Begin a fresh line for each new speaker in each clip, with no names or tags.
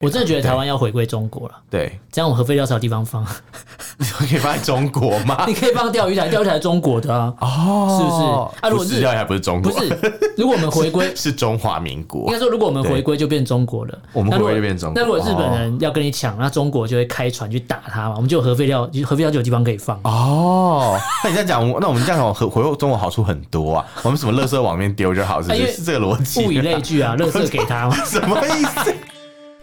我真的觉
啊
得台湾要回归中国了，
对，
这样我核废料才有地方放。
可以放在中国吗？
你可以放钓鱼台，钓鱼台是中国的 啊，是不
哦
是？啊，如果
不是钓鱼台不是中
不
国，，
是，如果我们回归
是中华民
应
国
该。说如果我们
对
回归就变中国了，
我们
那
回
如
归
果
就变中国哦
那如果日本人要跟你抢，那中国就会开船去打他嘛，我们就有核废料，核废料就有地方可以放。
哦，那你这样讲，我那我们这样回回中国好处很多啊。我们什么垃圾往面丢就好，是不
哎因
是？
为
是这个逻辑？
物以类聚啊，垃圾给他嘛。
什么意 思？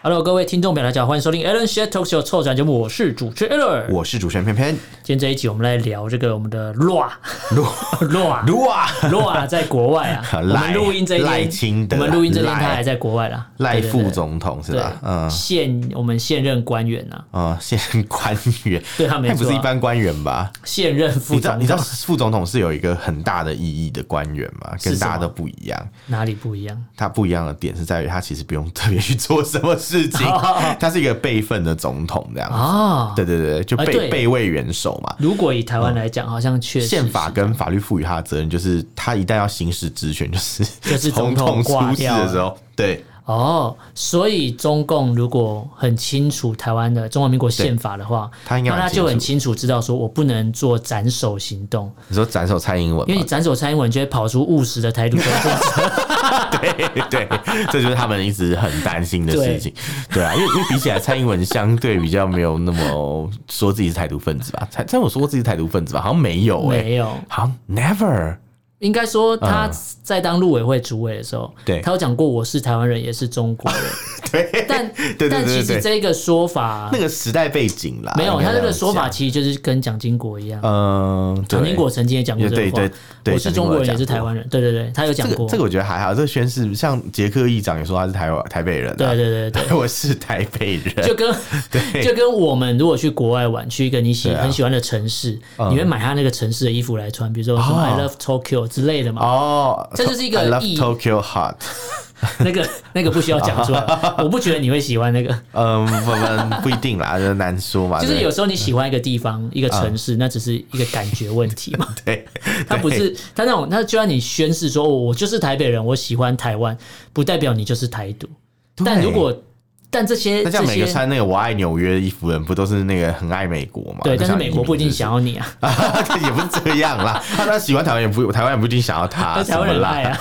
Hello，各位听众朋友，大家好，欢迎收听 Alan s h a t Talk Show 臭转节目，我是主持人 Alan。
我是主持人偏偏
今天这一集我们来聊这个我们的 LOA
罗
LOA
罗啊，
LOA 在国外啊，我
赖
们录音这一
赖
天
清，德
我
啊
们录音这天
赖
他还在国外啦，
赖
对对对
副总统是
对
吧？嗯，
现我们现任官员啊，
啊，现任官员，
对他没
那不
错
是一
啊，
般官员吧？
现任
你
副
知道
总
你知道
统
副总统是有一个很大的意义的官员嘛，
是
跟
什
大家
么
都不一样。
哪里不一样？
他不一样的点是在于他其实不用特别去做什么事 情，
哦
他是一个备份的总统这样子。
啊，
对对对，就
哎对
备备位元首嘛。
如果以台湾来讲，好像确实
宪法
是
跟法律赋予他的责任就是，他一旦要行使职权，就是就是
总
总
统
统
挂
出事
掉
的时候，对
哦，所以中共如果很清楚台湾的中华民国宪法的话，
他应该
那他
蛮
就很
清楚。
清楚知道说我不能做斩首行动，
你说斩首蔡英文
因为
嘛
你？斩首蔡英文就会跑出务实的 台独政策。
对 对，这就是他们一直很担心的
对
事情。对啊，因为因为比起来，蔡英文相对比较没有那么说自己是台独分子吧？蔡蔡英文说过自己是台独分子吧？好像没有哎、
没有，
好像 never。
应该说他
嗯
在当陆委会主委的时候，
对
他有讲过我是台湾人，也是中国人，
对，
但
对对
但
对
其实
对
这个说法
那个啊时代背景啦，
没有，
应该
他这个
样
说法
讲，
其实就是跟蒋经国一样，
嗯，
蒋
对
经国曾经也讲过这
对
个
对
话。
对，
我是中国人，也是台
人。
湾人。对对对，他有讲
这
过。
个这个我觉得还好，这个宣誓像捷克议长也说他是台湾台北人、啊，
对对对对，
我是台北人，
就跟
对
就跟我们如果去国外玩，去一个你喜
对啊嗯
很喜欢的城市，你会买他那个城市的衣服来穿，比如说什么
哦
I love Tokyo 之类的嘛。
哦，
这就是一个
I love
意
Tokyo hot，
那个那个不需要讲 出来，我不觉得你会喜欢那个。
嗯，不不不一定啦， 这难说嘛，
就是
啊对嗯啊
有时候你喜欢一个地方、一个城市，那只是一个感觉问题嘛。
对，
他不是他那种，他就算你宣誓说哦我就是台北人，我喜欢台湾，不代表你就是台独。
对
但如果但这些这
那像每
些
个穿那个我爱纽约的衣服的人，不都是那个很爱美国嘛？
对，但是
就像
美国不一定想要你啊，
移民，也不是 这样啦，他他喜欢台湾也不台湾也不一定想要他，
那 台湾
怎
人
么
爱
啦？
啊。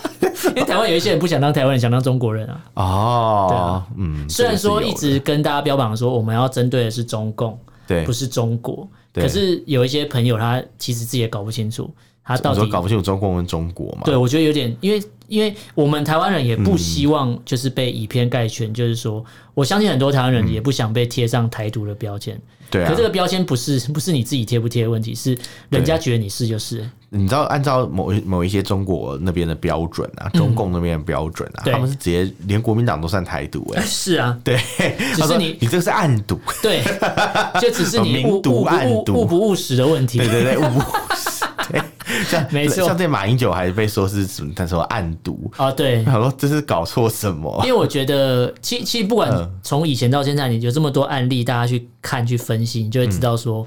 因为台湾有一些人不想当台湾人，想当中国人啊。对
哦
啊，
嗯，
虽然
这个
说
是有
一直跟大家标榜说我们要针对的是中共，
对
不，是中国，
对
可是有一些朋友他其实自己也搞不清楚，他到
你
底
说搞不清楚中共跟中国嘛？
对，我觉得有点，因为因为我们台湾人也不希望
嗯
就是被以偏概全，就是说，我相信很多台湾人也不想被贴上台独的标签。
嗯对啊
可这，个标签不是不是你自己贴不贴的问题，是人家觉得你是就是。
你知道，按照某一某一些中国那边的标准啊，中共那边的标准啊，
嗯对
他们是直接连国民党都算台独哎、
是啊，
对，
只是
他说
你
你这个是暗 独，
对，就只是你
明
务
读
务
暗
不
读
务务不务实的问题
对。对对，我对，像
没错
像这马英九还被说是什么，他说暗独，
啊，对。
他说这是搞错什
因
么？
为我觉得，其其实不管
嗯
从以前到现在，你有这么多案例，大家去看去分析，你就会知道说，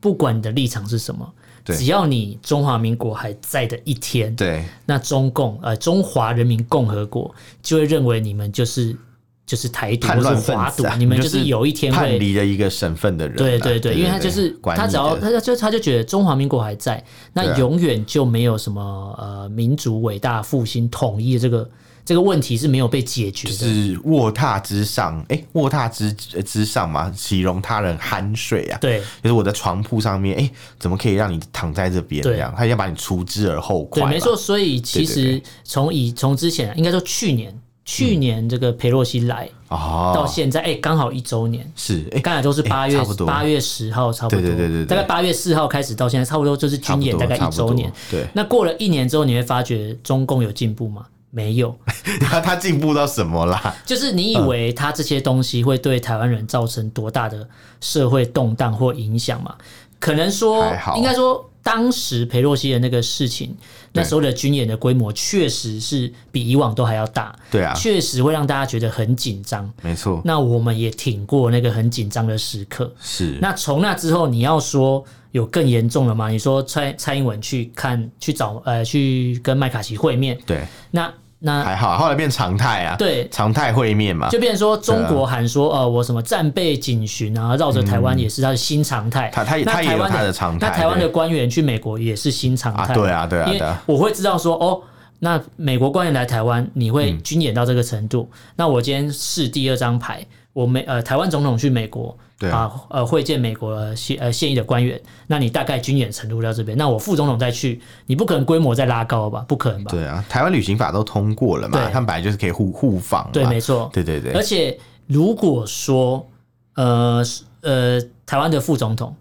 不管你的立场是什么，
嗯对
只要你中华民国还在的一天，
对
那中共呃中华人民共和国就会认为你们就是就是台独
叛
或是
乱分
华
子
独
啊，，
你们就
就是
是有一天
叛
会。
离了一个省份的人啊，
对对对，因为他就是
管
他
你
只要
的
他就他就觉得中华民国还在，
对
那
啊
永远就没有什么呃民族伟大复兴统一的这个这个问题是没有被解决的。
是卧榻之上，哎、卧榻之呃之上嘛，岂容他人酣睡啊？，
对
就是我的床铺上面，哎、怎么可以让你躺在这边
对
这样？他要把你除之而后快。
对，没错。。所以其
对对
实从以从之前应该说去年去年这个佩洛西来到
哦，
现在，哎，刚好一周年。
是，哎、
刚才都是八月
差不多
八月十号，差不多，
对对对对对
大概八月四号开始到现在，差不多就是
差
军
不
演
多，
大概
差
一
不
周
多
年。
对，
那过了一年之后，你会发觉中共有进步吗？没有，
他他进步到什么啦？
就是你以为他这些东西会对台湾人造成多大的社会动荡或影响嘛？可能说
还好，
应该说当时裴洛西的那个事情，那时候的军演的规模确实是比以往都还要大，
对啊，
确实会让大家觉得很紧张。
没错，
那我们也挺过那个很紧张的时刻。
是
那从那之后，你要说有更严重了吗？你说蔡蔡英文去看去找呃去跟麦卡锡会面，
对，
那那
还好，后来变常态啊，
对
常态会面嘛，
就变成说
啊
中国喊说呃我什么战备警巡啊，绕着台湾也是他的新常态。
嗯他他也
那
他也有
台湾
他的常态
那台湾的
对
官员去美国也是新常态。
啊对啊对啊
因为
对啊
我会知道说哦。那美国官员来台湾，你会军演到这个程度？那我今天试第二张牌，我美呃台湾总统去美国，
对
啊呃会见美国呃现呃现役的官员，那你大概军演程度到这边，那我副总统再去，你不可能规模再拉高吧？不可能吧？
对啊，台湾旅行法都通过了嘛，
对
他们本来就是可以互互访嘛，
对，没错。
对对对，
而且如果说呃是呃，台湾的副总统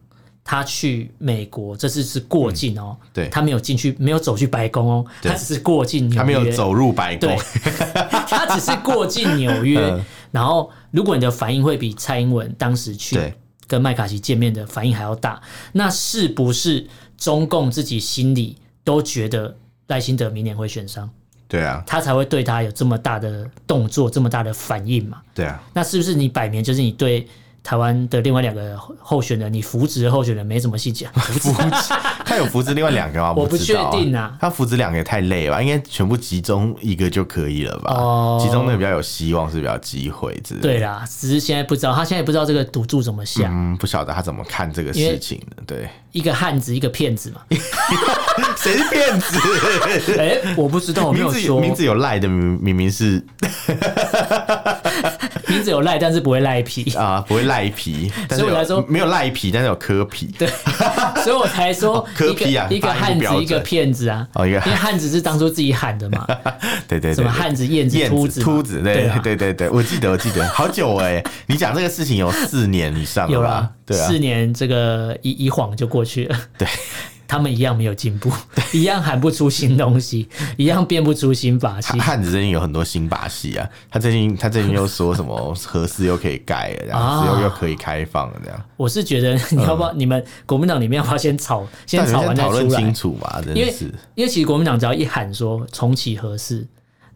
他去美国，这次是过境哦，
对
他没有进去，没有走去白宫哦，
嗯对
他只是过境纽约，
他没有，走入白宫 啊
对， 他只是过境纽约
嗯。
然后，如果你的反应会比蔡英文当时去
对
跟麦卡锡见面的反应还要大，那是不是中共自己心里都觉得赖清德明年会选上，
对啊，
他才会对他有这么大的动作，这么大的反应嘛？
对啊，
那是不是你摆明就是你对台湾的另外两个候候选人，你扶植的候选人没什么信 心、啊？
扶植他有扶植另外两个吗？
我不
知道
确定啊
他扶植两个也太累了吧，应该全部集中一个就可以了吧？
哦
集中那个比较有希望，是比较有机会之类的。
对啦，只是现在不知道，他现在不知道这个赌注怎么下，
嗯，不晓得他怎么看这个
因为
事情的。对，
一个汉子，一个骗子嘛。
谁是骗子？
哎、我不知道，我没
名
有
字
说
有名字有赖的，明明明是
名字有赖，但是不会赖 皮，
啊、不会赖皮，但
所以
是
我
有
来说
没有赖皮，但是有磕皮。对，
所以我才说
柯
一
啊批
个、
啊
一个
发音
汉
不
子，
标
一个
准
骗子啊。
哦，一个
因为汉子是当初自己喊的嘛，
对对对
什么
对
汉子、燕子、
燕
秃
子、
嘛
秃子，对
啊
对对对，我记得我记得，好久哎、你讲这个事情有四年以上
有
吧
了，
对啊
四，年这个一一晃就过去了。对， 他们一样没有进步，一样喊不出新东 西，一样变不出新把戏
汉。汉子最近有很多新把戏啊，他最近他最近又说什么 合适又可以盖了，然后
啊
又又可以开放了这样，
我是觉得你要不要、你们国民党里面要不要先吵，先
嗯但你
吵
们
完
先
再
讨论
出
清
来？
楚嘛，真
因
的
为
是
因为其实国民党只要一喊说重启核四，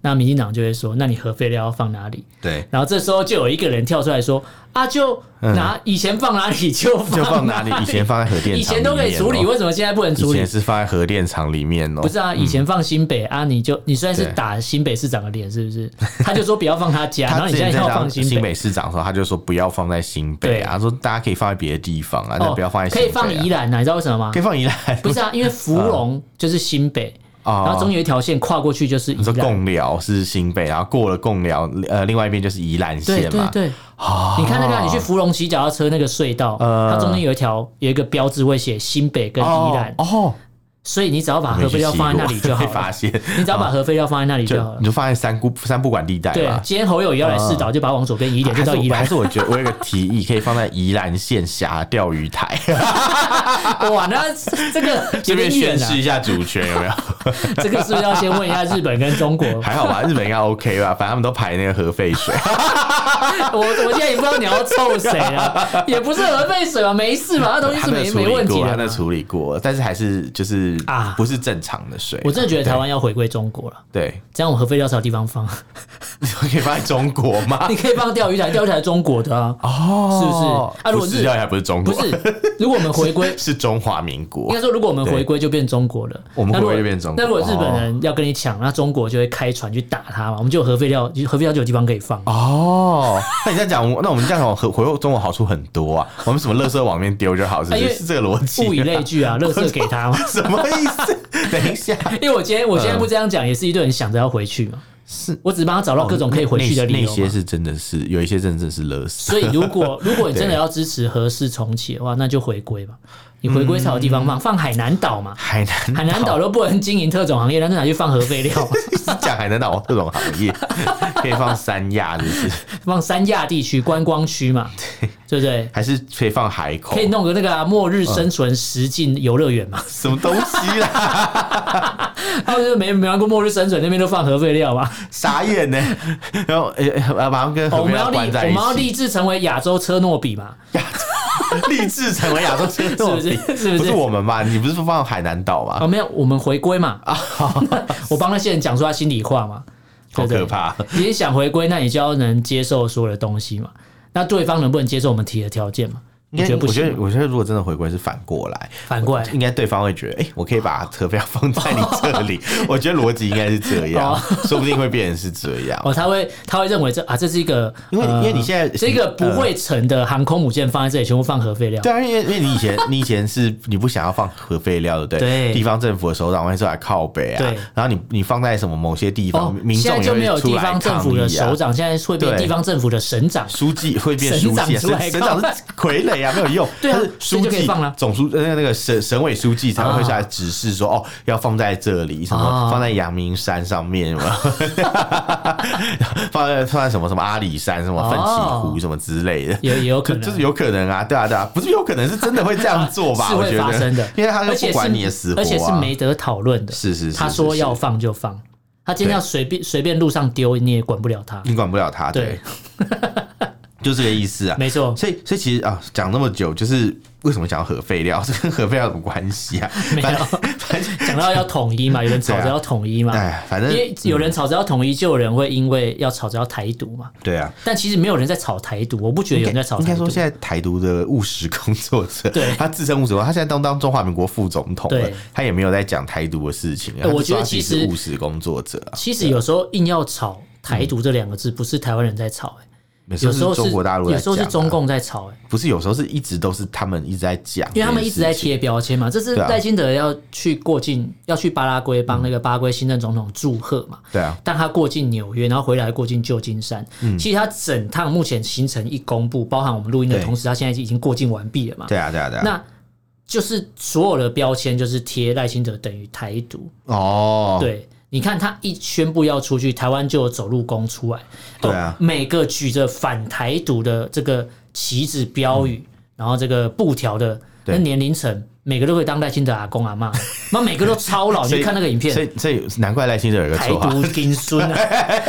那民进党就会说，那你核废料要放哪里？
对。
然后这时候就有一个人跳出来说啊，就拿以前放哪里就
嗯就放哪
哪
里？以哦前放在核电厂，
以前都可以处理，，为什么现在不能
以
处理
前？是放在核电厂里面哦、嗯
不是啊，以前放新北、啊，你就你虽然是
对
打新北市长的脸，是不是？ 他就说不要放他家，然后
他
你
之
现
前
在
在
要
当
放新
新
北
北市长的时候，他就说不要放在新北啊，他说大家可以放在别的地方啊，但不要放在
哦可
新北、啊。
以放宜兰啊，你知道为什么吗
可以？放宜兰，
不是啊，因为芙蓉就是新北，
嗯哦
然后中有一条线跨过去就是宜
你说
兰。
贡寮是新北，然后过了贡寮，呃，另外一边就是宜兰
对
县
对
嘛。哦
对，你看那个啊你去芙蓉骑脚踏车那个隧道，
呃
它中间有一条有一个标志会写新北跟宜兰，
哦，
所以你只要把
哦
核废料放在那里就好
没去骑过被发
了。
现
你只要把核废料放在那里就好
就
了
你。就放在三姑三不管地带
对啊
嘛，。
今天侯友宜要来试岛，就把它往左边移一点，就
嗯还是
到宜
我还
兰。
是我觉得我有个提议，可以放在宜兰县辖钓鱼台，
哇，那这 个有
这
点
边宣
远啊
示。一下主权有没有？
这个是不是要先问一下日本跟中国？
还好吧，日本应该 OK 吧，反正他们都排那个核废水。
我我现在也不知道你要凑谁啊， 也不是核废水嘛，没事嘛，那东西
他
是
们
没
处
没
理
问题
过，他
的
们
嘛。
处理过，但是还是就是
啊
不是正常的水。啊
我真的觉得台湾要回归中国了，
对，
这样我核废料才有地方放。
可以放在中国吗？
你可以放钓鱼台，钓鱼台是中国的 啊，是不
哦
是？啊，如果
不是钓鱼台不是中
不
国，，
是，如果我们回归
是中华民
应
国
该。说如果我们
对
回归就变中国了，
我们
那如果
回归就变中国哦
那如果日本人要跟你抢，那中国就会开船去打他嘛，我们就有核废料，核废料就有地方可以放。
哦， 那你这样讲，我那我们这样讲 回回中国好处很多啊。我们什么垃圾往里面丢就好，是不
哎因
是？
为
是这个逻辑？
物以类聚啊， 垃圾给他嘛。
什么意思？等一下，
因为我今天我现在不这样讲，也是一堆人想着要回去嘛。
嗯是哦
我只是帮他找 到各种可以回去的理
那
由
些
嘛。
是真的是有一些真的是垃圾。
所以如果如果你真的要支持合适重启的话，那就回归吧。你回归潮的地方
嗯
放，放海南岛嘛。
海南
海南岛都不能经营特种行业，那就拿去放核废 料，
是讲海南岛这种行业， 可以放三亚，是不是？
放三亚地区观光区嘛，对不对？
还是可以放海口？
可以弄个那个、啊、末
嗯
日生存实境游乐园嘛？
什么东西 啦？
他们就没没玩过末日生存，那边都放核废料嘛。
傻眼呢、然后呃，呃马上跟
哦我
河
们
边
要立
关在
我
一
们要
起，
立志成为亚洲车诺比嘛？
立志成为亚洲 车
是
诺
不是
比，？
是
不
不
是
是？
我们吧？你不是说放海南岛
啊，
吗？
没有，我们回归 嘛。我帮那些人讲出他心里话嘛。
好
对不对
可！怕！
你想回归，那你就要能接受所有的东西嘛。那对方能不能接受我们提的条件嘛？我
因
觉
为
得不
我觉
行
得，
嘛。
我觉得如果真的回归是反过来，
反过来
应该对方会觉得，哎、我可以把车票放在你 这里。我觉得逻辑应该是这样，说不定会变成是这样。
哦哦，他会他会认为这啊，这是一个，
因为
呃
因为你现在
这个不会沉的航空母舰放在这里，全部放核废料。
对啊，因为因为你以前你以前是你不想要放核废料的，对不
对
地方政府的首长会出来靠北啊
对，
然后你你放在什么某些地
哦
方，，民
现
众
在
也
就没有
会出
地
来
方政
抗
府的
议啊
首。长，现在会变
对
地方政府的省长。
书记会变书
省长
记啊，
出来
省省
抗
长
议
是傀儡啊，没有用。
对啊
他是
所以
书
就可以
记
放了
总书呃那个省省委书记才会下来指示说，哦，要放在这里，什么
啊
放在阳明山上面嘛， 放在放在什么什么阿里山，什么奋起
哦
湖，什么之类的。
也也有可
就
能，
就是有可能啊，对啊，对啊，不是有可能是真的会这样做吧？
是
我
会
觉得
发生的，
因为他
而
又
且是
不管你的死活、啊，
而且是没得讨论的。
是是是
他说要放就放，他今天要随便随便路上丢，你也管不了他。
你管不了他，对
对，
就这个意思啊。
没错，
所以，所以其实啊，讲那么久，就是为什么讲到核废料？这 跟核废料有什么关系啊？
没
反
有
正反正，
讲到要统一嘛，有人吵
对
着
啊
要统一嘛，
哎，反
因
正
为有人吵着要统一，就有人会因为要吵着要台独嘛。
对啊。
但其实没有人在吵台独，我不觉得有人在吵
应
台
该
独
说，。现在台独的务实工作者，
对
他自称务实工作，他现在当当中华民国副总统了
对，
他也没有在讲台独的事情啊。
哎我
他就说
觉得
他自己
其实
是务实工作者啊，
其实有时候硬要吵台独这两个字，不是台湾人在吵、欸有
嗯有
时候是
中国大陆在
有
讲啊，
时候是中共在吵、欸
不是有时候是一直都是他们一直在讲这件事
因
情，
为他们一直在贴标签嘛，这是
对啊嗯
赖清德要去过境，要去巴拉圭帮那个巴拉圭新任总统祝贺嘛。
对啊，
但他过境纽约，然后回来过境旧金山。
嗯
其实他整趟目前行程一公布，包含我们录音的
对
同时，他现在已经过境完毕了嘛。
对啊，对啊，对啊。
那就是所有的标签就是贴赖清德等于台独。
哦，，
对，你看他一宣布要出去，台湾就有走路工出来。
对
哦
啊
每个举着反台独的这个旗子标语，然后这个布条的
嗯对
那年龄层，每个都可以当赖清德阿公阿妈，妈每个都超老。你
所以
去看那个影片
所，以所以难怪赖清德有一个
台
绰号，
独金孙 啊，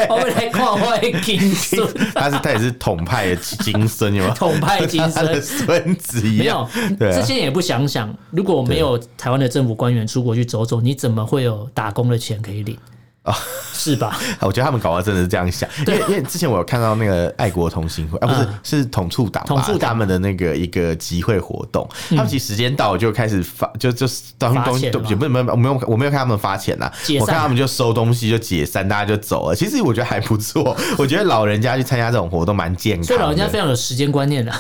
我们来看我的金孙，
他是他也是统派的金孙，有没有？
统派金
他的
孙。
孙子 一
没
样
有，，
对啊
这些也不想想，如果没有台湾的政府官员出国去走走，你怎么会有打工的钱可以领？
哦
是 吧？
啊我觉得他们搞到真的是这样想，因为
啊
因为之前我有看到那个爱国同心会啊，不是、是统促党吧，
嗯统促党嗯
他们的那个一个集会活动，他们其实时间到了就开始发，就就是当
发
东西
钱
都
了吗
也不是没有没有我没有看他们发钱呐、
解散
我看他们就收东西就解散，大家就走了。其实我觉得还不 错，我觉得老人家去参加这种活动蛮健康的，
所以老人家非常有时间观念的，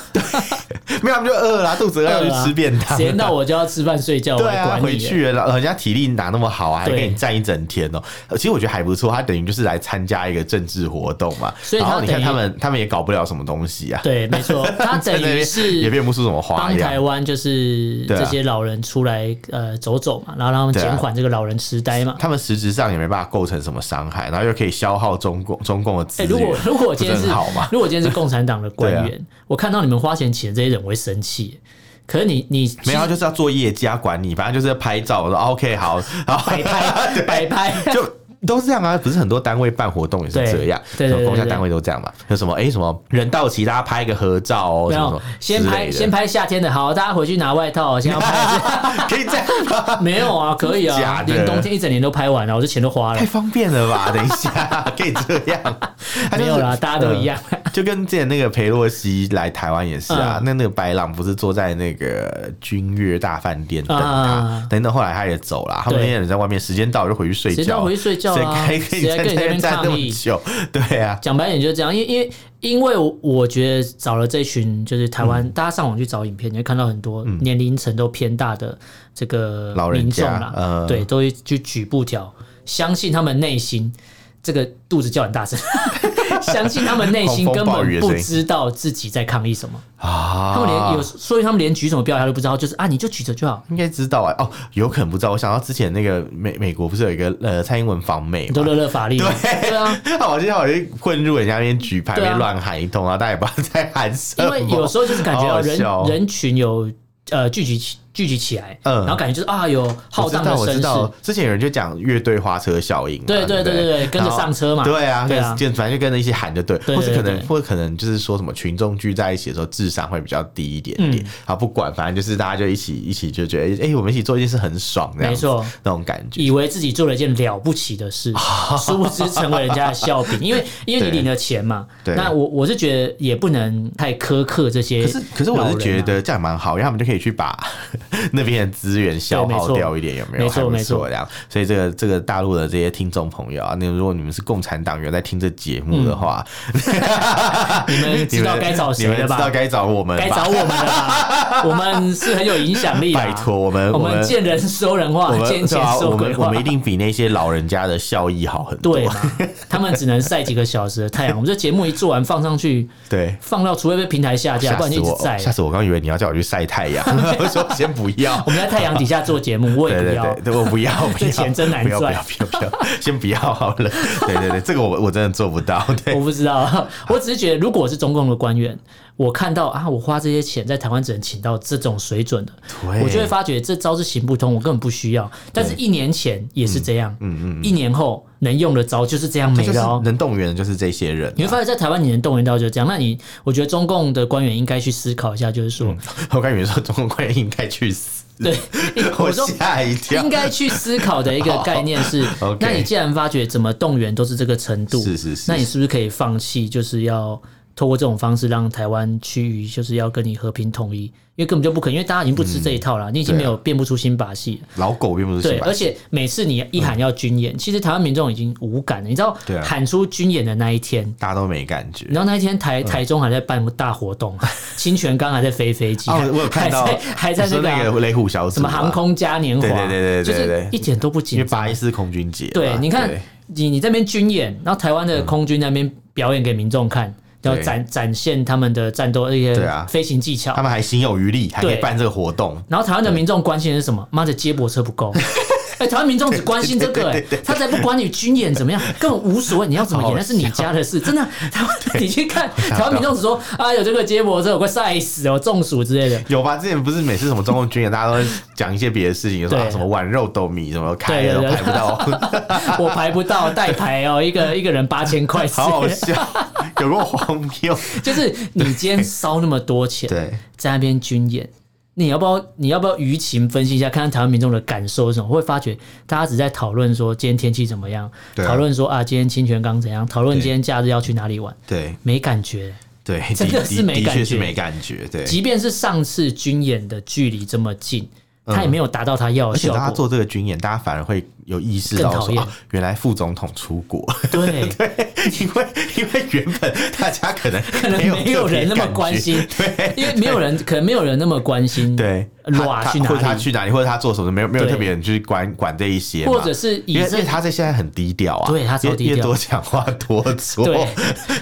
没有他们就饿啦，肚子饿要去吃便当，
时间啊到我就要吃饭睡觉，我
对
还
啊，
管
回
你耶。
去了，老人家体力哪那么好啊，还
对
给你站一整天哦、呃其实我觉得还不错，他等于就是来参加一个政治活动嘛。
所以他
然后你看
等于
他们，他们也搞不了什么东西啊。
对，没 错，他
在
等
那
于
边也
是
变不出什么花
帮台
样。
湾就是
对啊
这些老人出来呃走走嘛，然后让他们
对啊
减缓这个老人痴呆嘛。
他们实质上也没办法构成什么伤害，然后又可以消耗中共中共的资
哎、
源。
如果如果今天
不
是
很好吗？
如果今天是共产党的官
对啊
员，我看到你们花钱请这些人，我会生气。可是你你
没有，他
其实
就是要做业绩，他管你，反正就是要拍照。我说啊 OK 好，然后
摆拍摆拍，
就都是这样啊，不是很多单位办活动也是
对
这样，
对对
什么
对
公家
对
单位都这样嘛。有什么哎、什么人到齐，大家拍一个合照哦，
没
什么什
有
么
先
之
拍
类的
先拍夏天的，好，大家回去拿外套，先要 拍。
可以这样吗？
没有啊，可以
假
啊，
的
连冬天一整年都拍完了，我这钱都花了
太。方便了吧？等一下，可以 这样？他就是
没有啦，大家都一样。
呃就跟之前那个裴洛西来台湾也是啊，
嗯
那那个白朗不是坐在那个君悦大饭店等他
啊，
等到后来他也走了，他们那
对
些人在外面时间到了就回去睡
谁
觉，
到回去睡觉
谁
啊？
还可以
谁还
在
跟
那
你那边
边站那
抗
么
议？
久？对啊，
讲白一点就是这样，因为因为因为我我觉得找了这群就是台湾，
嗯
大家上网去找影片，你会看到很多年龄层都偏大的这个
老人
民众
家
啦，
呃
对，都会去举布条，相信他们内心这个肚子叫很大声， 相信他们内心
狂
根
风暴
本
雨的
不
声音
知道自己在抗议什么，
啊，
他们连有，所以他们连举什么标语他都不知道，就是啊，你就举着就好。
应该知道啊，哦，有可能不知道。我想到之前那个美美国不是有一个呃蔡英文访美
你都
嘛，
乐乐法力嘛，对啊，
他好像好像混入人家那边举牌，那
对啊
边乱喊一通啊，大家也不知道在喊什么。
因为有时候就是感觉
呃好
到
好
人
笑哦
人群有呃聚集起聚集起来，
嗯
然后感觉就是啊有浩
我知
荡
道，
的
我
声
知
势
道，，之前有人就讲乐队花车效应嘛，
对对
对
对对对，跟着
然后
上车嘛，
对啊，
对
对
啊
啊，就反正就跟着一起喊就对，
对对
或者可能
对
或者可能就是说什么群众聚在一起的时候智商会比较低一点点，好不管，反正就是大家就一起一起就觉得，哎，我们一起做一件事很爽，这样
没
子
错，
那种感觉，
以为自己做了一件了不起的 事，殊不知成为人家的笑柄，因为因为你
对
领了钱嘛。
对
那我我是觉得也不能太苛刻这些、啊
可是欸可是我是觉。得这样蛮好，因为他们就可以去把 那边的资源消
对没
耗
错
掉一点，有没有？
没错
还不
没错
错，这样。所以这个这个大陆的这些听众朋友啊，那如果你们是共产党员在听这节目的话，
嗯 你们知道该找谁了
你们 知道
吧？
该找我们吧，
该找我们了吧？我们是很有影响力的啊。
拜托我们
我
我
们
们
见人说人
我
话，
们
见
对
钱
啊，
说
我
鬼
们我
话
们。一定比那些老人家的效益好很多。
对嘛？他们只能晒几个小时的太阳。我们这节目一做完放上去，
对。
放到除非被平台下架，
吓
不然
死
就一直
我！
在。
吓死我！刚以为你要叫我去晒太阳， 我说先不要
我。们在太阳底下做节目，我也
对
不
对
要
对，。对我不 要，我不
这
要，
钱真难
不要不
赚
要不要不要， 先不要好了。 对对对，这个我我真的做不 到。对
我，不知道，我只是觉得，如果我是中共的官员，我看到啊，我花这些钱在台湾只能请到这种水准的，
对
我就会发觉这招是行不通，我根本不需要。但是一年前也是这样，嗯嗯，一年后能用的招就是这样没
就是
了哦。
能动员的就是这些人
你会
啊。
发现在台湾你能动员到就这样，那你我觉得中共的官员应该去思考一下，就是
嗯
说，
我刚以为说中国官员应该去死，
对，
我
我说
吓一跳
应。该去思考的一 个概念是
OK，
那你既然发觉怎么动员都是这个程度，
是是是
那你是不是可以放弃，就是要透过这种方式让台湾区域就是要跟你和平统一？因为根本就不可能，因为大家已经不吃这一套了，你已经没有变不出新把戏了。
老狗并不是
对，
嗯啊新版
而且每次你一喊要军演，其实台湾民众已经无感了。你知道
对啊
喊出军演的那一天，
大家都没感觉
你知。道那一天
嗯
台台中还在办大活动， 清泉岗还在飞飞机，
啊，我我有看到
还在，还在
你说
个啊
那个雷虎小组
什么
嘛
航，空嘉年华，
对对对对对对
就是
对
一点都不
因为
紧张。
八一四空军节嘛。
对，你看
对嗯
你你这边军演，然后台湾的空军那边表演给民众看，要
对
展展现他们的战斗那些
对啊
飞行技巧
他。们还心有余力，还可以
对
办这个活动。
然后台湾的民众关心的是什么？妈的，接驳车不 够。哎，台湾民众只关心这个，哎，他才不管你军演怎么样，根本无所谓，你要怎么演
好
那是你家的事，真的。台湾，你去看台湾民众只说啊，有这个接驳车，我快晒死哦，中暑之类 的。
有吧？之前不是每次什么中共军演，大家都会讲一些别的事情，说
对
啊什么碗肉斗米，什么开
对对
都
对
排不到，
我排不到代排哦，一个一个人八千块之类的，
好好笑， 有够荒 谬。
就是你今天烧那么多钱，
对，
在那边军演，你要不要你要不要舆情分析一下，看看台湾民众的感受是什么？会发觉大家只在讨论说今天天气怎么样，
对啊
讨论说啊今天清泉岗怎样，讨论
对
今天假日要去哪里玩，
对
没感觉。
对，
真的
的
是没
的
感
确是
觉
没感觉。对，
即便是上次军演的距离这么近，他也没有达到他要
嗯而
的
且
效
大家
果。
做这个军演，大家反而会有意识到
更讨
说，
厌
哦，原来副总统出国，
对，
因为因为原本大家可能可
可能没有人那么关心，
对。
因为没有人可能没有人那么关心，
对，
哇
他
去
他或者
哪
他
里，
去哪里，或者他做什么，没有没有
对
特别人去管管这一些嘛，
或者是以
因为因
这
为他在现在很低调啊，
对他超低调
越越多讲话多做，
对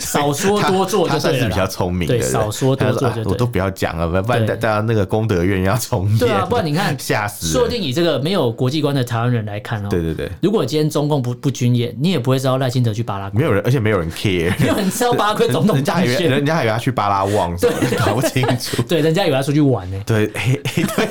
少说多做
他
就
算
对
是
了
比较
啦。
聪明的人，
对少说多做就
他说啊
对
我都不要讲了，不然
对
大家那个功德院要重演，
对啊不然你看
吓死
说不
人，
定以这个没有国际观的台湾人来看哦，
对对对，
如果今天中共不不军演，你也不会知道赖清德去巴拉圭，
没有人，而且没有人 care，
没有人知道巴拉圭总统
人家
当
以为
选，
人家以为他去巴拉望什么的，搞不清楚。
对，人家以为他出去玩呢。
对， 嘿嘿对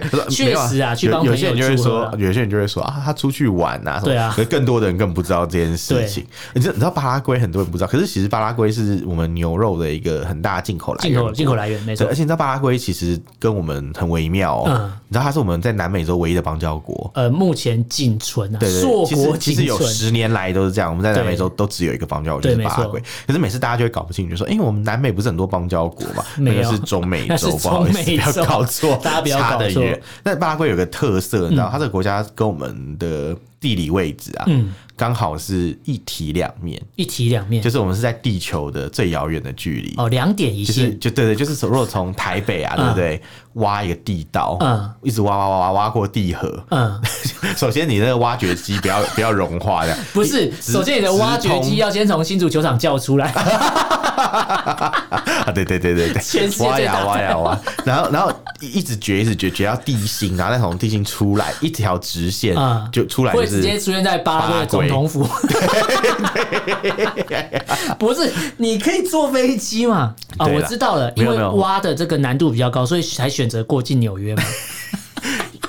对，
确
没有啊
实啊去
有
帮
有
朋
些人
友
就会
祝贺
说
啊，
有些人就会说啊，他出去玩啊，什么
对啊
可是更多的人更不知道这件事情。你知道，你知道巴拉圭很多人不知道，可是其实巴拉圭是我们牛肉的一个很大的进口来
进
源
口
国，
进口来源没
哎
错
对，而，且你知道巴拉圭其实跟我们很微妙哦，
嗯
你知道它是我们在南美洲唯一的邦交国。
呃，目前仅存啊，
对对
硕
对，其
国
实其实
仅
有
存，
十年来都是这样，我们在南美洲都只有一个邦交国，就是
对
巴拉圭
没。
可是每次大家就会搞不清楚，说，哎，我们南美不是很多邦交国嘛？
没有
那个是中美
那是
洲，不好意思，
中美洲
不要搞错，
大家不要搞错嗯
差得远。但巴拉圭有个特色，你知道，它这个国家跟我们的地理位置啊，
嗯
刚好是一体两面，
一体两面，
就是我们是在地球的最遥远的距离。
哦，两点一
就是
线，
就对对，就是从如果从台北啊，对不对？挖一个地道，
嗯
一直挖挖挖挖挖过地核。
嗯，
首先，你那个挖掘机不要 不要融化的，
不是，
直
首先你的挖掘机啊要先从新竹球场叫出来，
啊，对对对对
全世界
对，挖呀
大
挖呀挖，然后然后一直掘一直掘掘到地心，然后再从地心出来一条直线
嗯，
就出来
会
就
直接
是
出现在巴拉圭的总统府。 不是，你可以坐飞机嘛？啊，
对
我
啦
知道了，
没
因
有
为
没有
挖的这个难度比较高，所以才选择过境纽 约嘛。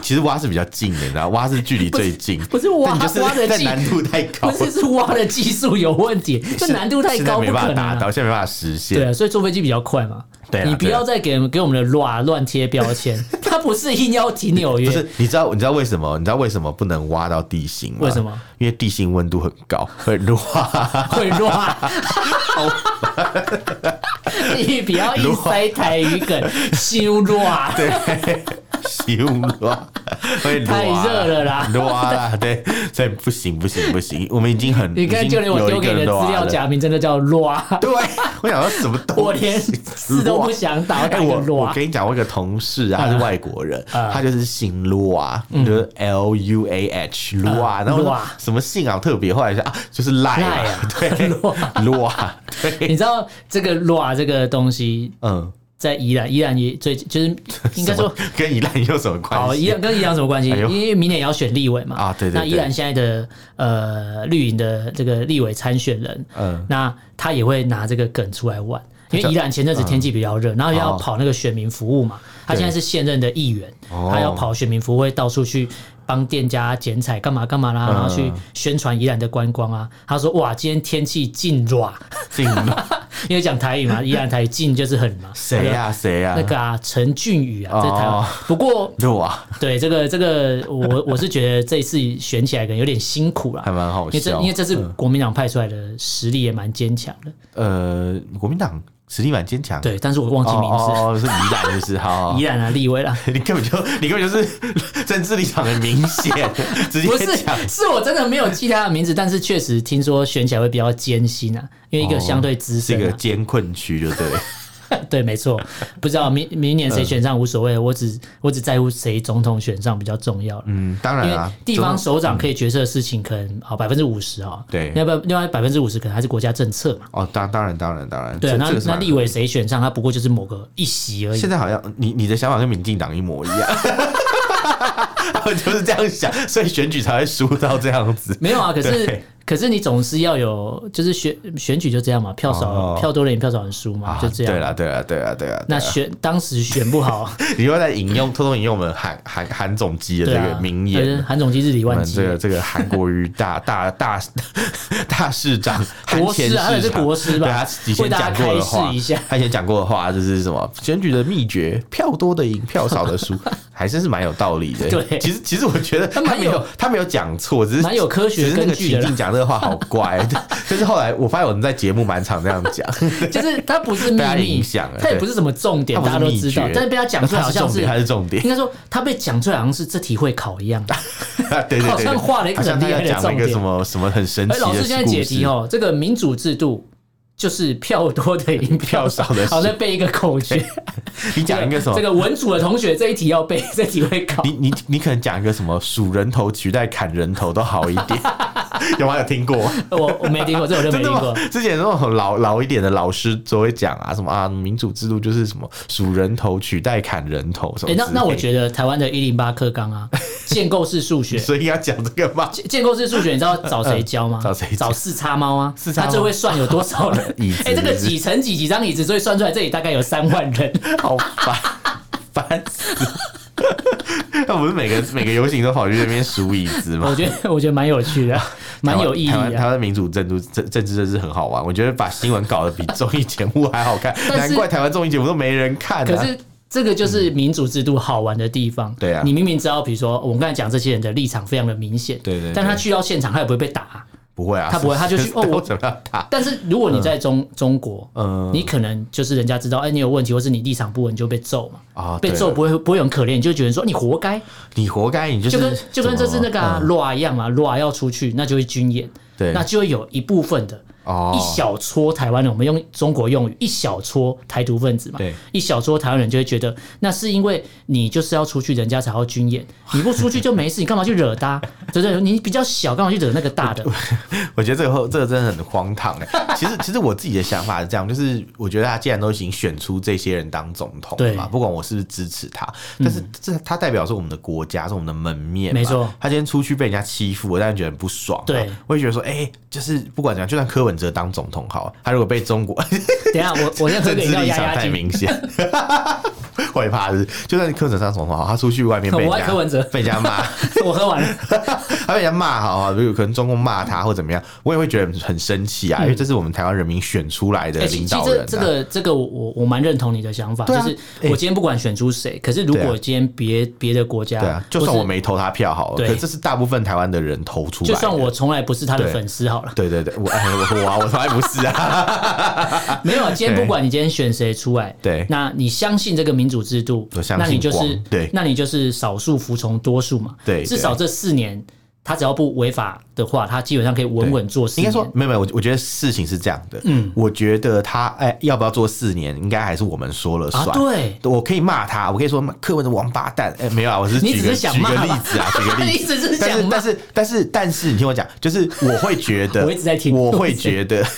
其实挖是比较近的，然后挖是距离最近，
不是挖
但你就是
挖得
但
近
难度 太高
不，是，是挖的技术有问题， 这难度太
现在
高，
没
不
办
可
法
能
达
啊、
到，现在没办法实
对
现。
啊，所以坐飞机比较快嘛。
对啊
你不
对啊
要再给给我们的乱乱贴标 签，它不是硬要提纽约
不，是，你知道你知道为什么？你知道为什么不能挖到地心吗？
为什么？
因为地心温度很高，会融化。
会 乱。你不要一塞台语梗，修乱。
对， 修 乱会乱啊
太热了啦
乱啦，对，所以不行不行不行，我们已经很
你看，
已
就
经
连我
有一
丢给你
个
的
乱
资料
了
夹名真的叫乱，
对，我想说什么东西，
我连字都不想打，
哎、
打个
我我
乱。嗯
跟你讲，我有个同事啊，他是外国人，他就是姓卢啊，就是 L U A H
嗯
卢啊，然后我说
Lua
什么姓啊，特别后来想啊，就是赖
赖
啊
啊，
对，
Lua
卢啊，对，
你知道这个乱这个东西
嗯，
在宜兰，宜兰也最就是应该
什么
说。哦
跟伊兰有什么
好，
关
宜
系？
兰跟宜兰有什么关系？
哎呦
因为明年也要选立委嘛。
啊对对
那
对
宜兰现在的呃绿营的这个立委参选人，
嗯
那他也会拿这个梗出来玩。因
这
为宜兰前
嗯
阵子天气比较热，然后要跑那个选民服务嘛，他现在是现任的议员，
哦
他要跑选民服务，会到处去帮店家剪彩干嘛干嘛啦，
嗯
然后去宣传宜兰的观光啊。他说哇，今天天气劲软，
姓卢
因为讲台语嘛，宜兰台语劲就是很嘛。
谁
他说？
呀谁呀？
那个啊，陈俊宇啊，在台湾
哦。
不过
卢啊，
对这个这个，我我是觉得这一次选起来可能有点辛苦啦
还，蛮好
因为这
笑嗯
因为。这次国民党派出来的实力也蛮坚强的，
呃，国民党实力蛮坚强，
对，但是我忘
哦，
记名字，
哦哦，是哦宜兰，就是 好，好
宜兰啊，立 威啦，
你根本就你根本就是政治立场很明 显，直接
不是
讲，
是我真的没有记他的名字，但是确实听说选起来会比较艰辛啊，因为一个相对资
哦是一
深
个
啊，
艰困区，就对了。
对，啊没错，不知道明明年
嗯
谁选上无所谓，我只我只在乎谁总统选上比较重要了。
嗯，当然
因为
啊，
地方
总
首长可以决策的事情，可能好百分之五十啊，
对
要不另外百分之五十可能还是国家政策嘛。
哦，当当然当然当然，
对啊，
这
那
这个是
那
蛮
立委谁选上，他不过就是某个一席而已
现。在好像你你的想法跟民进党一模一样， 他们就是这样想，所以选举才会输到这样子。
没有 啊，可是
对
可是你总是要有，就是选选举就这样嘛，票少、
哦
票多的人票少人输嘛，
啊
就这样。
对啦，对啦，对啦，对啦。
那
对啦啊
选当时选不 好，
你又在引用，偷偷引用我们韩韩韩总机的这
对
个
啊，
名
可是
言，
韩总机是李
我
万
们
基
这，个这 个韩国瑜大 大大大市长韩
国
前
师啊，他也
市
是
长，
国师吧？
对他以前
为大
讲
家
过
开
的
示
话
一下，
他以前讲过的话就是什么选举的秘诀，票多的赢，票少的输，还真是蛮有道理的。
对
其实其实我觉得他
蛮
没有
有
他没有讲错，只是
蛮有科学
只是那个
根据的
情
啦
境讲这个话好怪， 就是后来我发现我们在节目蛮常这样讲，
就是他不是秘
被他
密
影响了，
他也不是什么重点，
他不是
大家都知道
秘诀，
但是被他讲出来好像
他是重点
应，该说他被讲出来好像是这题会考一 样。
他是重点，对对对，
好像画了一个
好像
很
他
厉害
要
的
讲了一个
重点
什么什么很神奇
哎，
的
老
故
师
事。
现在解题哦，这个民主制度就是票多的赢
票少的
好，
输
再背一个口诀。
你讲一个什么
这？个文组的同学这一题要背， 这题会考
你。你你可能讲一个什么数人头取代砍人头都好一点， 有吗？有听过？
我我没听过，这我就没
真的
听
吗
过。？
之前那种老老一点的老师都会讲啊，什么啊，民主制度就是什么数人头取代砍人头什么
哎、
之类的。
那那我觉得台湾的一零八课纲啊，建构式数学，
所以要讲这个吗？
建建构式数学，你知道找谁教吗？
嗯找谁教
找四叉猫啊，
四叉猫
他最会算有多少人
椅子
哎、这个
椅子
几乘几几张椅子，所以算出来这里大概有三万 人。
好烦，烦死了！ 那不是每个每个游行都跑去那边数椅子吗
我？觉得我觉得蛮有趣的，蛮有意义
台湾台湾台
的。
湾的民主政治政政治真是很好玩，我觉得把新闻搞得比综艺节目还好看，
但是
难怪台湾综艺节目都没人看、啊。
可是。这个就是民主制度好玩的地方。
对啊
你明明知道，比如说我们刚才讲这些人的立场非常的明显，
对对对
但他去到现场，他也不会被打啊、
不会啊，
他不会他就去哦我
怎么样打？
但是如果你在中、中国，
嗯
你可能就是人家知道，哎、你有问题，或是你立场不稳，你就被揍嘛。
啊
被
对
揍
了
不会不会很可怜，你就觉得说你活该，
你活该，你就
就是跟就跟这次那个啊
怎么
罗、啊一样嘛，罗啊要出去，那就会军演，
哦对
那就会有一部分的。
哦
一小撮台湾人，我们用中国用语，一小撮台独分子嘛，
对
一小撮台湾人就会觉得，那是因为你就是要出去，人家才要军 演，你不出去就没事，你干嘛去惹他？对不对？你比较小，干嘛去惹那个大 的？
我觉得这个后这个真的很荒唐哎、其实其实我自己的想法是这样，就是我觉得他既然都已经选出这些人当总统了嘛，
对嗯
不管我是不是支持他，但是这他代表是我们的国家，是我们的门面嘛，
没错
他今天出去被人家欺负，我当然觉得很不爽、啊，
对，
我也觉得说，哎、就是不管怎样，就算柯文哲当总统好了，他如果被中国
等一下我我先喝
政
个
治
饮料
立
压
场
压
太
惊。
明显。 会怕是，就算柯文哲当总统好，他出去外面被人
我爱柯文
家
哲
被人家骂，
我喝完了，
他被人家骂好啊，比如可能中共骂他或怎么样，我也会觉得很生气啊，因为这是我们台湾人民选出来的
欸其
领
其实
导人、啊
这这个这个我我我蛮认同你的想法，
对啊
就是
欸
我今天不管选出谁，可是如
对啊
果今天别别的国家，
对啊，就
或
算
是
我没投他票好了，
对
可这是大部分台湾的人投出来的。
就算我从来不是他的
对
粉丝好了，
对对对，我哎我我啊我从来不是啊，
没有啊，今天
对
不管你今天选谁出来，
对
那你相信这个民主制度
我，相
那
信
你就
光
是
对
那你就是少数服从多数嘛，
对
至少这四年他只要不违法的话，他基本上可以稳稳做四
应该
年。
说没有没有，我我觉得事情是这样的，嗯，我觉得他哎要不要做四年，应该还是我们说了算。
啊对
我可以骂他，我可以说柯文的王八蛋，哎没有啊，我是
你
举
只
个
是想
举
骂
个
吧
例子啊，举个例子，
你只是
但
想
是
骂
但是但是但是，你听我讲，就是我会觉得，
我一直在听
我会 觉得，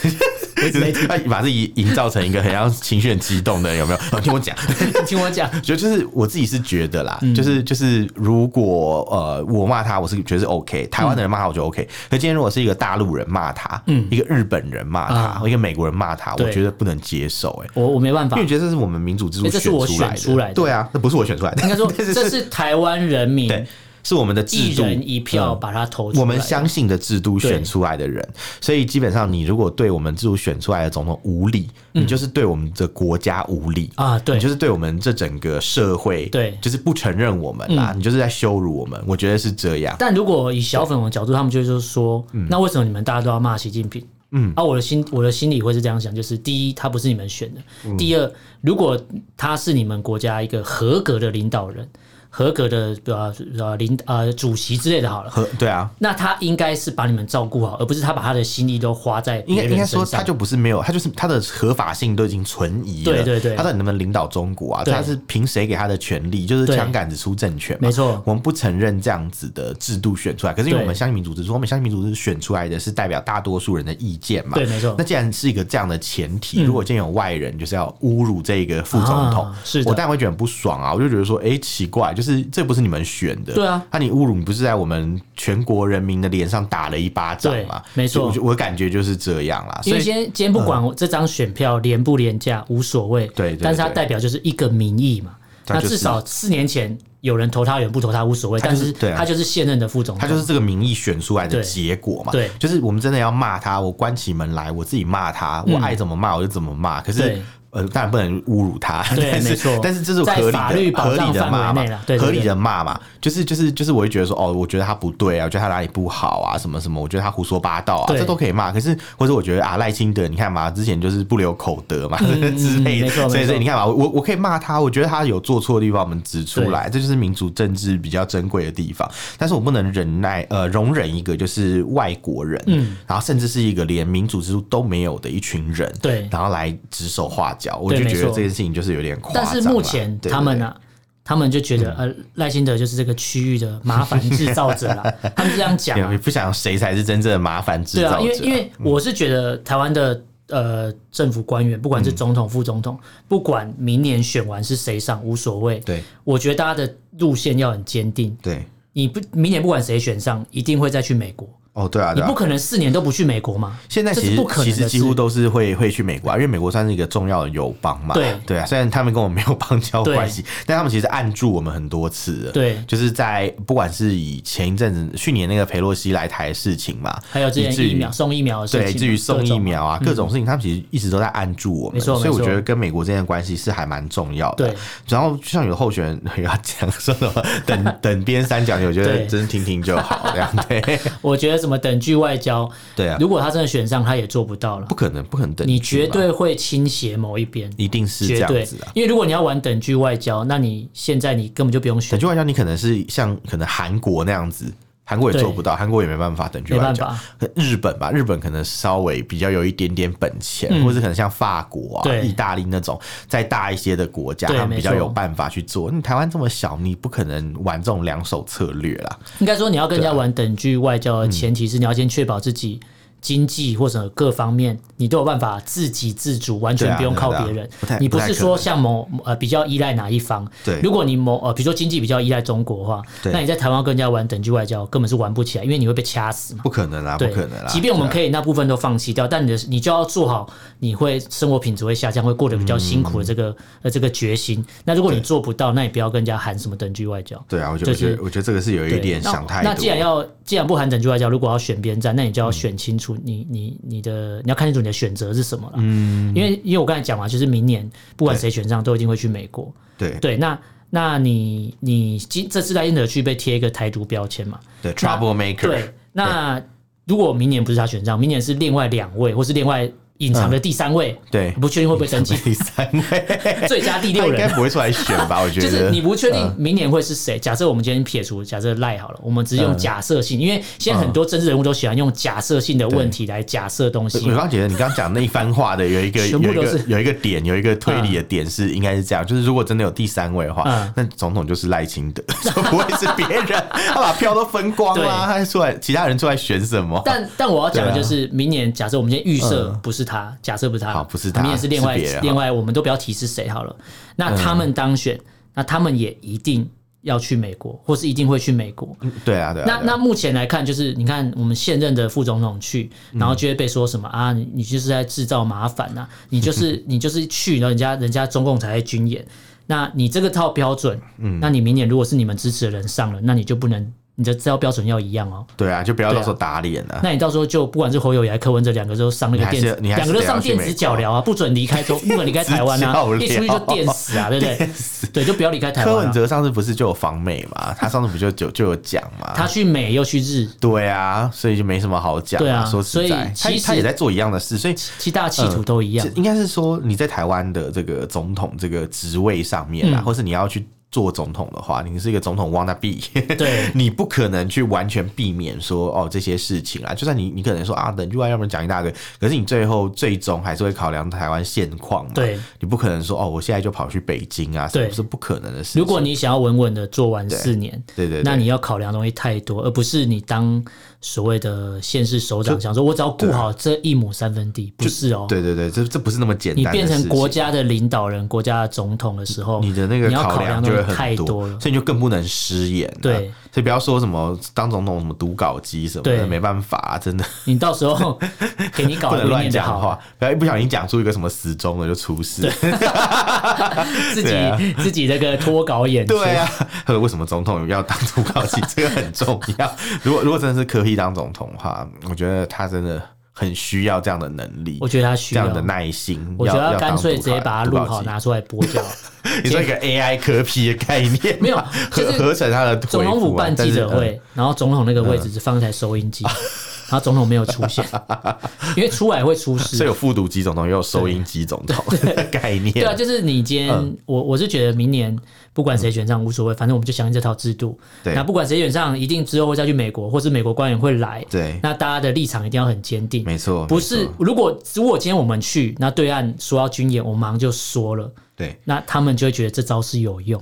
就
在
是他把自己营造成一个很像情绪很激动的人，有没有？ 好听我讲，
你听我讲，
就就是我自己是觉得啦，
嗯
就是就是如果呃我骂他，我是觉得是 OK，台湾的人骂他我就 OK，可今天如果是一个大陆人骂他，嗯，一个日本人骂他
啊，
一个美国人骂他，我
对
觉得不能接受，哎，
我我没办法
因为我，觉得这是我们民主制度
因为哎这是我
选出来
选出来
的，
的
对啊，那不是我选出来的，
应 该说
但是
这是台湾人民
对，是我们的制
一
度
人一票
嗯
把他投出来的，
我们相信的制度选
对
出来的人，所以基本上你如果对我们制度选出来的总统无理，你就是对我们的国家无理。
嗯啊，对，
你就是对我们这整个社会，
对嗯
就是不承认我们啦，你就是在羞辱我们，我觉得是这样。
但如果以小粉红的角度，他们就是说，
嗯
那为什么你们大家都要骂习近平？嗯，啊，我的心我的心里会是这样想，就是第一，他不是你们选的；
嗯
第二，如果他是你们国家一个合格的领导人、合格的呃呃领呃主席之类的，好了，
和对啊，
那他应该是把你们照顾好，而不是他把他的心力都花在
应
别
该应该
人
说，
身
他
上。
就不是没有，他就是他的合法性都已经存疑了。
对对对
他到底能不能领导中国啊？
对
他是凭谁给他的权利？就是
对
枪杆子出政权嘛。
没错
我们不承认这样子的制度选出来，可是因为
对
我们相信民主制度，我们相信民主制度选出来的是代表大多数人的意见嘛。
对没错嗯
那既然是一个这样的前提，如果今天有外人就是要侮辱这个副总统
啊，是的
我当然会觉得很不爽啊！我就觉得说，哎，奇怪，就是这不是你们选的，
对啊
那你侮辱你不是在我们全国人民的脸上打了一巴掌
对
吗？
没错
就我就我感觉就是这样啦。
因为
所以。嗯
今天今天不管这张选票廉不廉价无所谓，
对对
但是它
对
代表就是一个民意嘛。
它
那
就是
至少四年前有人投他，有人不投他无所谓，
它就
但
是
是
对啊
他就是现任的副总统，
他就是这个民意选出来的
对
结果嘛。
对
就是我们真的要骂他，我关起门来，我自己骂他，我爱怎么骂我就怎么骂。可
嗯
是
对。
呃，当然不能侮辱他，
对
但是
没错
但是这是
在
合理
法律
的、
保
合
障
理的骂
范
嘛
围内啦对，对
合理
对
的骂嘛，就是就是就是，我会觉得说，哦，我觉得他不对啊，我觉得他哪里不好啊，什么什么，我觉得他胡说八道啊，
对
这都可以骂。可是或者我觉得啊，赖清德，你看嘛，之前就是不留口德嘛 之类的，
嗯没错
所以
没错
所以你看嘛，我我我可以骂他，我觉得他有做错的地方，我们指出
对
来，这就是民主政治比较珍贵的地方。但是我不能忍耐呃容忍一个就是外国人，嗯，然后甚至是一个连民主制度都没有的一群人，
对
然后来指手画脚，我
对
就觉得
没错
这件事情就是有点夸张
但
啦。
是目前
对
他们呢、
对对嗯
他们就觉得呃赖清德就是这个区域的麻烦制造者 啦，他们这样讲
对
啊、
我也不想谁才是真正的麻烦制
对
造者嗯
啊，因为因为我是觉得台湾的呃政府官员，不管是
嗯
总统、副总统，不管明年选完是谁上无所谓，
对
我觉得大家的路线要很坚定，
对
你不明年不管谁选上，一定会再去美国。
哦对啊，
你
对啊
不可能四年都不去美国嘛？
现在
这
其
是
实
不可能
其
的
实
事
几乎都是会会去美国啊，因为美国算是一个重要的友邦嘛。
对
对啊，虽然他们跟我们没有邦交
对
关系，但他们其实按住我们很多次了。
对
就是在不管是以前一阵子去年那个佩洛西来台的事情嘛，
还有之
以至
前
于
疫苗送疫苗的事情
对，
嘛，
至于送
各
疫
种嘛嗯
苗啊，各种事情，他们其实一直都在按住我们，
没错
所以我
没错
觉得跟美国之间的关系是还蛮重要的。
对，
然后就像有候选人要 讲说什么等等边三角，我觉得
对
真听听就好，这样对。
我觉得什么等距外交，
对啊，
如果他真的选上，他也做不到了
不。可能，不可能等
你
距
绝
嘛
对会倾斜某一边，
一定是这
绝
样
对
子啊。，
因为如果你要玩等距外交，那你现在你根本就不用选
等距外交，你可能是像可能韩国那样子，韩国也做不到，韩国也没办法等距外交
没办法。
可日本吧，日本可能稍微比较有一点点本钱，或者可能像法国啊、
嗯对
意大利那种再大一些的国家，
对
他们比较
没错
有办法去做。你台湾这么小，你不可能玩这种两手策略啦。
应该说，你要跟人
啊
家玩等距外交的前提是，你要先确保自己经济或者各方面你都有办法自给自足，完全不用靠别
对啊
人
对啊不太。
你不
不太
是
可
说
能
像某呃比较依赖哪一方？
对
如果你某呃比如说经济比较依赖中国的话，
对
那你在台湾跟人家玩等距外交根本是玩不起来，因为你会被掐死嘛。
不可能啦，不
对，
可能啦！啊
即便我们
以
可以那部分都放弃掉，但你的你就要做好，你会生活品质会下降，会过得比
嗯
较辛苦的这个、呃这个决心。那如果你做不到，那你不要跟人家喊什么等距外交。
对啊，我觉得、
就是
我觉得我觉得这个是有一
对
点
那
想太多。
那既然要既然不含整句外交，如果要选边站，那你就要选清楚你、你你的你要看清楚你的选择是什么了。嗯，因为因为我刚才讲嘛，就是明年不管谁选上，都一定会去美国。
对
对，那那你你今这次在英德去被贴一个台独标签嘛？
对 trouble maker，
对，那如果明年不是他选上，明年是另外两位，或是另外隐藏的第三位，
对
不确定会不会登记
第三位，
最佳第
他
六
应该
人。
不会出来选吧？我觉
就
得嗯
是你不确定明年会是谁。假设我们今天撇除假设赖好了，我们只
嗯
用假设性，因为现在很多政治人物都喜欢用假设性的问
嗯
题来假设东西
我。刚刚觉得你刚刚讲那一番话的有一个
全
有
部
一
都是
个有一个点，有一个推理的点是应该是这样，就是如果真的有第三位的话
嗯，
那总统就是赖清德，就不会是别人， 他把票都分光
对
啦，他还出来其他人出来选什么？
但但我要讲的
对啊嗯
就是，明年假设我们今天预设不是他，假设不是他，
好不嗯是他
明年是另外
是别人
另外，我们都不要提是谁好了。那他们当选，那他们也一定要去美国，或是一定会去美国。
对啊，对啊，
那
对啊
那目前来看，就是你看我们现任的副总统去，
嗯
然后就会被说什么、啊，你你就是在制造麻烦呐、你就是 你就是去，然后人家人家中共才在军演，那你这个套标准，
嗯
那你明年如果是你们支持的人上了，那你就不能你的这套标准要一样哦。
对啊，就不要
对啊
到时候打脸啊。
那你到时候就不管是侯友宜还是柯文哲两个都上那个
你还
电
是
子，
你还
两
是
个都
得要
上
去
电
美
子
国
脚镣啊，不准离开中，不准离开台湾啊
脚，镣
一出去就电死啊，对不对？对，就不要离开台
柯
湾、
文
啊。
哲上次不是就有访美嘛？他上次不就就就有讲嘛？
他去美又去日，
对啊，所以就没什么好讲。
对啊
说实在，
所
他
以其实
他也在做一样的事，所以
其大企图都一样
这。应该是说你在台湾的这个总统这个职位上面啊，
嗯
或是你要去做总统的话，你是一个总统 wanna be，
对
你不可能去完全避免说哦这些事情啊。就算你你可能说啊等句话，要不然讲一大堆，可是你最后最终还是会考量台湾现况嘛。
对，
你不可能说哦我现在就跑去北京啊，
对
是不可能的事情。
如果你想要稳稳的做完四年，
对对对
那你要考量的东西太多，而不是你当所谓的县市首长，想说我只要顾好这一亩三分地，不是哦。
啊对对对，这这不是那么简单
你
的事
变
情。啊
成国家的领导人、国家的总统的时候，
你的那个
你要考
量
的
就会
东西
很
太多了。
所以你就更不能失言、啊。
对，
所以不要说什么当总统什么读稿机什么
对
的，没办法、啊，真的
你到时候给你搞
不
得
能
不念
乱
得
讲
好，
话，不要一不小心讲出一个什么时钟了就 出事。
自己
对啊
自己那个脱稿演出。
对啊，呵为什么总统要当读稿机？这个很重要。 如果如果真的是科批当总统的话，我觉得他真的很需要这样的能力
我。觉得他需
这样的
要。
耐心，
我觉
要
得
要
干
当
脆
读
直接
稿
把它
读
录
稿
好
机
拿出来播 掉。
你说一个 AI 科批的概念吗，
没有就
合
是
合成他的
总统
回
府
复啊
办
但
记
是
者
嗯
会，然后总统那个位置是放一台收音机，然后总统没有出现， 因为出来会出
所以
事。
有复读机总统，也有收音机总统概念。
对啊，就是你今
嗯
天，我我是觉得明年不管谁选上无所谓，反正我们就相信这套制度。
对
那不管谁选上，一定之后会再去美国，或是美国官员会来。
对
那大家的立场一定要很坚定。
没错，
不
没
是
错，
如果如果今天我们去，那对岸说要军演，我们马上就说了。
对
那他们就会觉得这招是有用，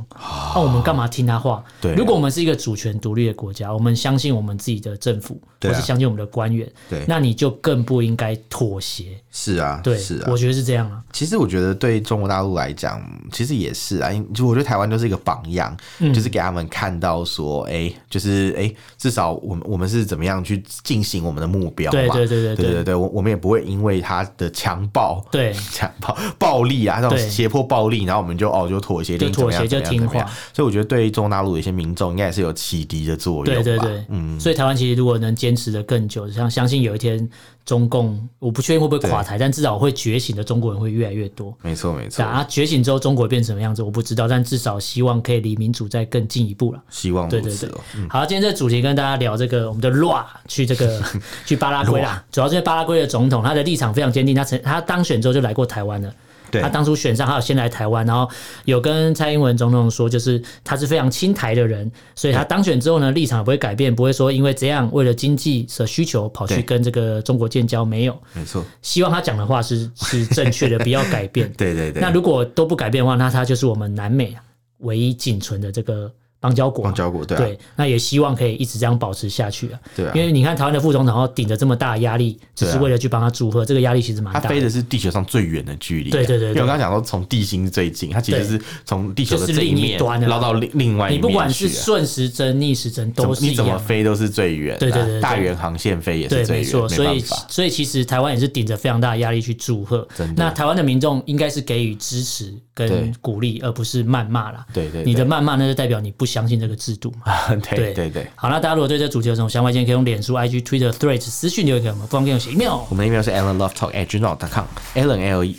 那、我们干嘛听他话？
对啊
如果我们是一个主权独立的国家，我们相信我们自己的政府，
对啊
或是相信我们的官员，
对
那你就更不应该妥协。
是啊，
对，
是啊
我。觉得是这样啊。
其实我觉得对中国大陆来讲，其实也是啊，因就我觉得台湾就是一个榜样，
嗯
就是给他们看到说，哎、就是哎、至少我们我们是怎么样去进行我们的目标嘛，
对对对对
对
对
对我我们也不会因为他的强暴。
对
强暴、暴力啊，那种
对
胁迫暴暴力，然后我们就哦就妥协，
就
怎么
妥协
样怎么样
就听
怎么样
话。
所以我觉得对中国大陆的一些民众应该也是有启迪的作用吧。
对对对，
嗯，
所以台湾其实如果能坚持的更久，像相信有一天中共，我不确定会不会垮台，但至少会觉醒的中国人会越来越多。
没错没
对
错，
啊，觉醒之后中国变成什么样子我不知道，但至少希望可以离民主再更进一步了。
希望
对
如
对
此
对
哦。，
好，今天这主题跟大家聊这个我们的 r a 去这 个去巴拉圭啦，主要是因为巴拉圭的总统他的立场非常坚定，他曾他当选之后就来过台湾了。
对
他当初选上，他有先来台湾，然后有跟蔡英文总统说，就是他是非常亲台的人，所以他当选之后呢，立场也不会改变，不会说因为这样为了经济的需求跑去
对
跟这个中国建交，没有。
没错，
希望他讲的话是是正确的，不要改变。
对 对对。
那如果都不改变的话，那它就是我们南美啊唯一仅存的这个邦交国嘛。
邦交国对啊
对，那也希望可以一直这样保持下去啊。
对啊
因为你看台湾的副总统要顶着这么大的压力，只是
对啊
为了去帮他祝贺，这个压力其实蛮
它
大
飞的是地球上最远的距离啊，
对对对对
因为我刚刚讲到从地心最近，它其实
对
是从地球的
就是
这一
另一
面
端的
绕到另另外一
你
面
不管
去
是
啊
顺时针、逆时针都
怎
是
么
一
你怎么
样。
飞都是最远的啊，
对对对对
大圆航线飞也
对
是，最
没
远，
错，所以
办法。
所以其实台湾也是顶着非常大的压力去祝贺
真的。
那台湾的民众应该是给予支持
对
跟鼓励，而不是谩骂啦。
对对对
你的谩骂那就代表你不相信这个制度嘛。
对对对，
好，那大家如果对这主题有什么想法，建议可以用脸书、IG、Twitter、Threads 私讯留言给我们，不妨给我们写 email。
我们的 email 是 alan love talk at gmail com alan l e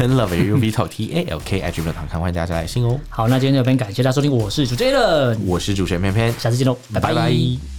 n love u v talk t a l k at gmail com，欢迎大家来信哦。
好，那今天这边感谢大家收听，我是主持人 Allen，
我是主持人偏偏，
下次见喽，拜
拜拜
拜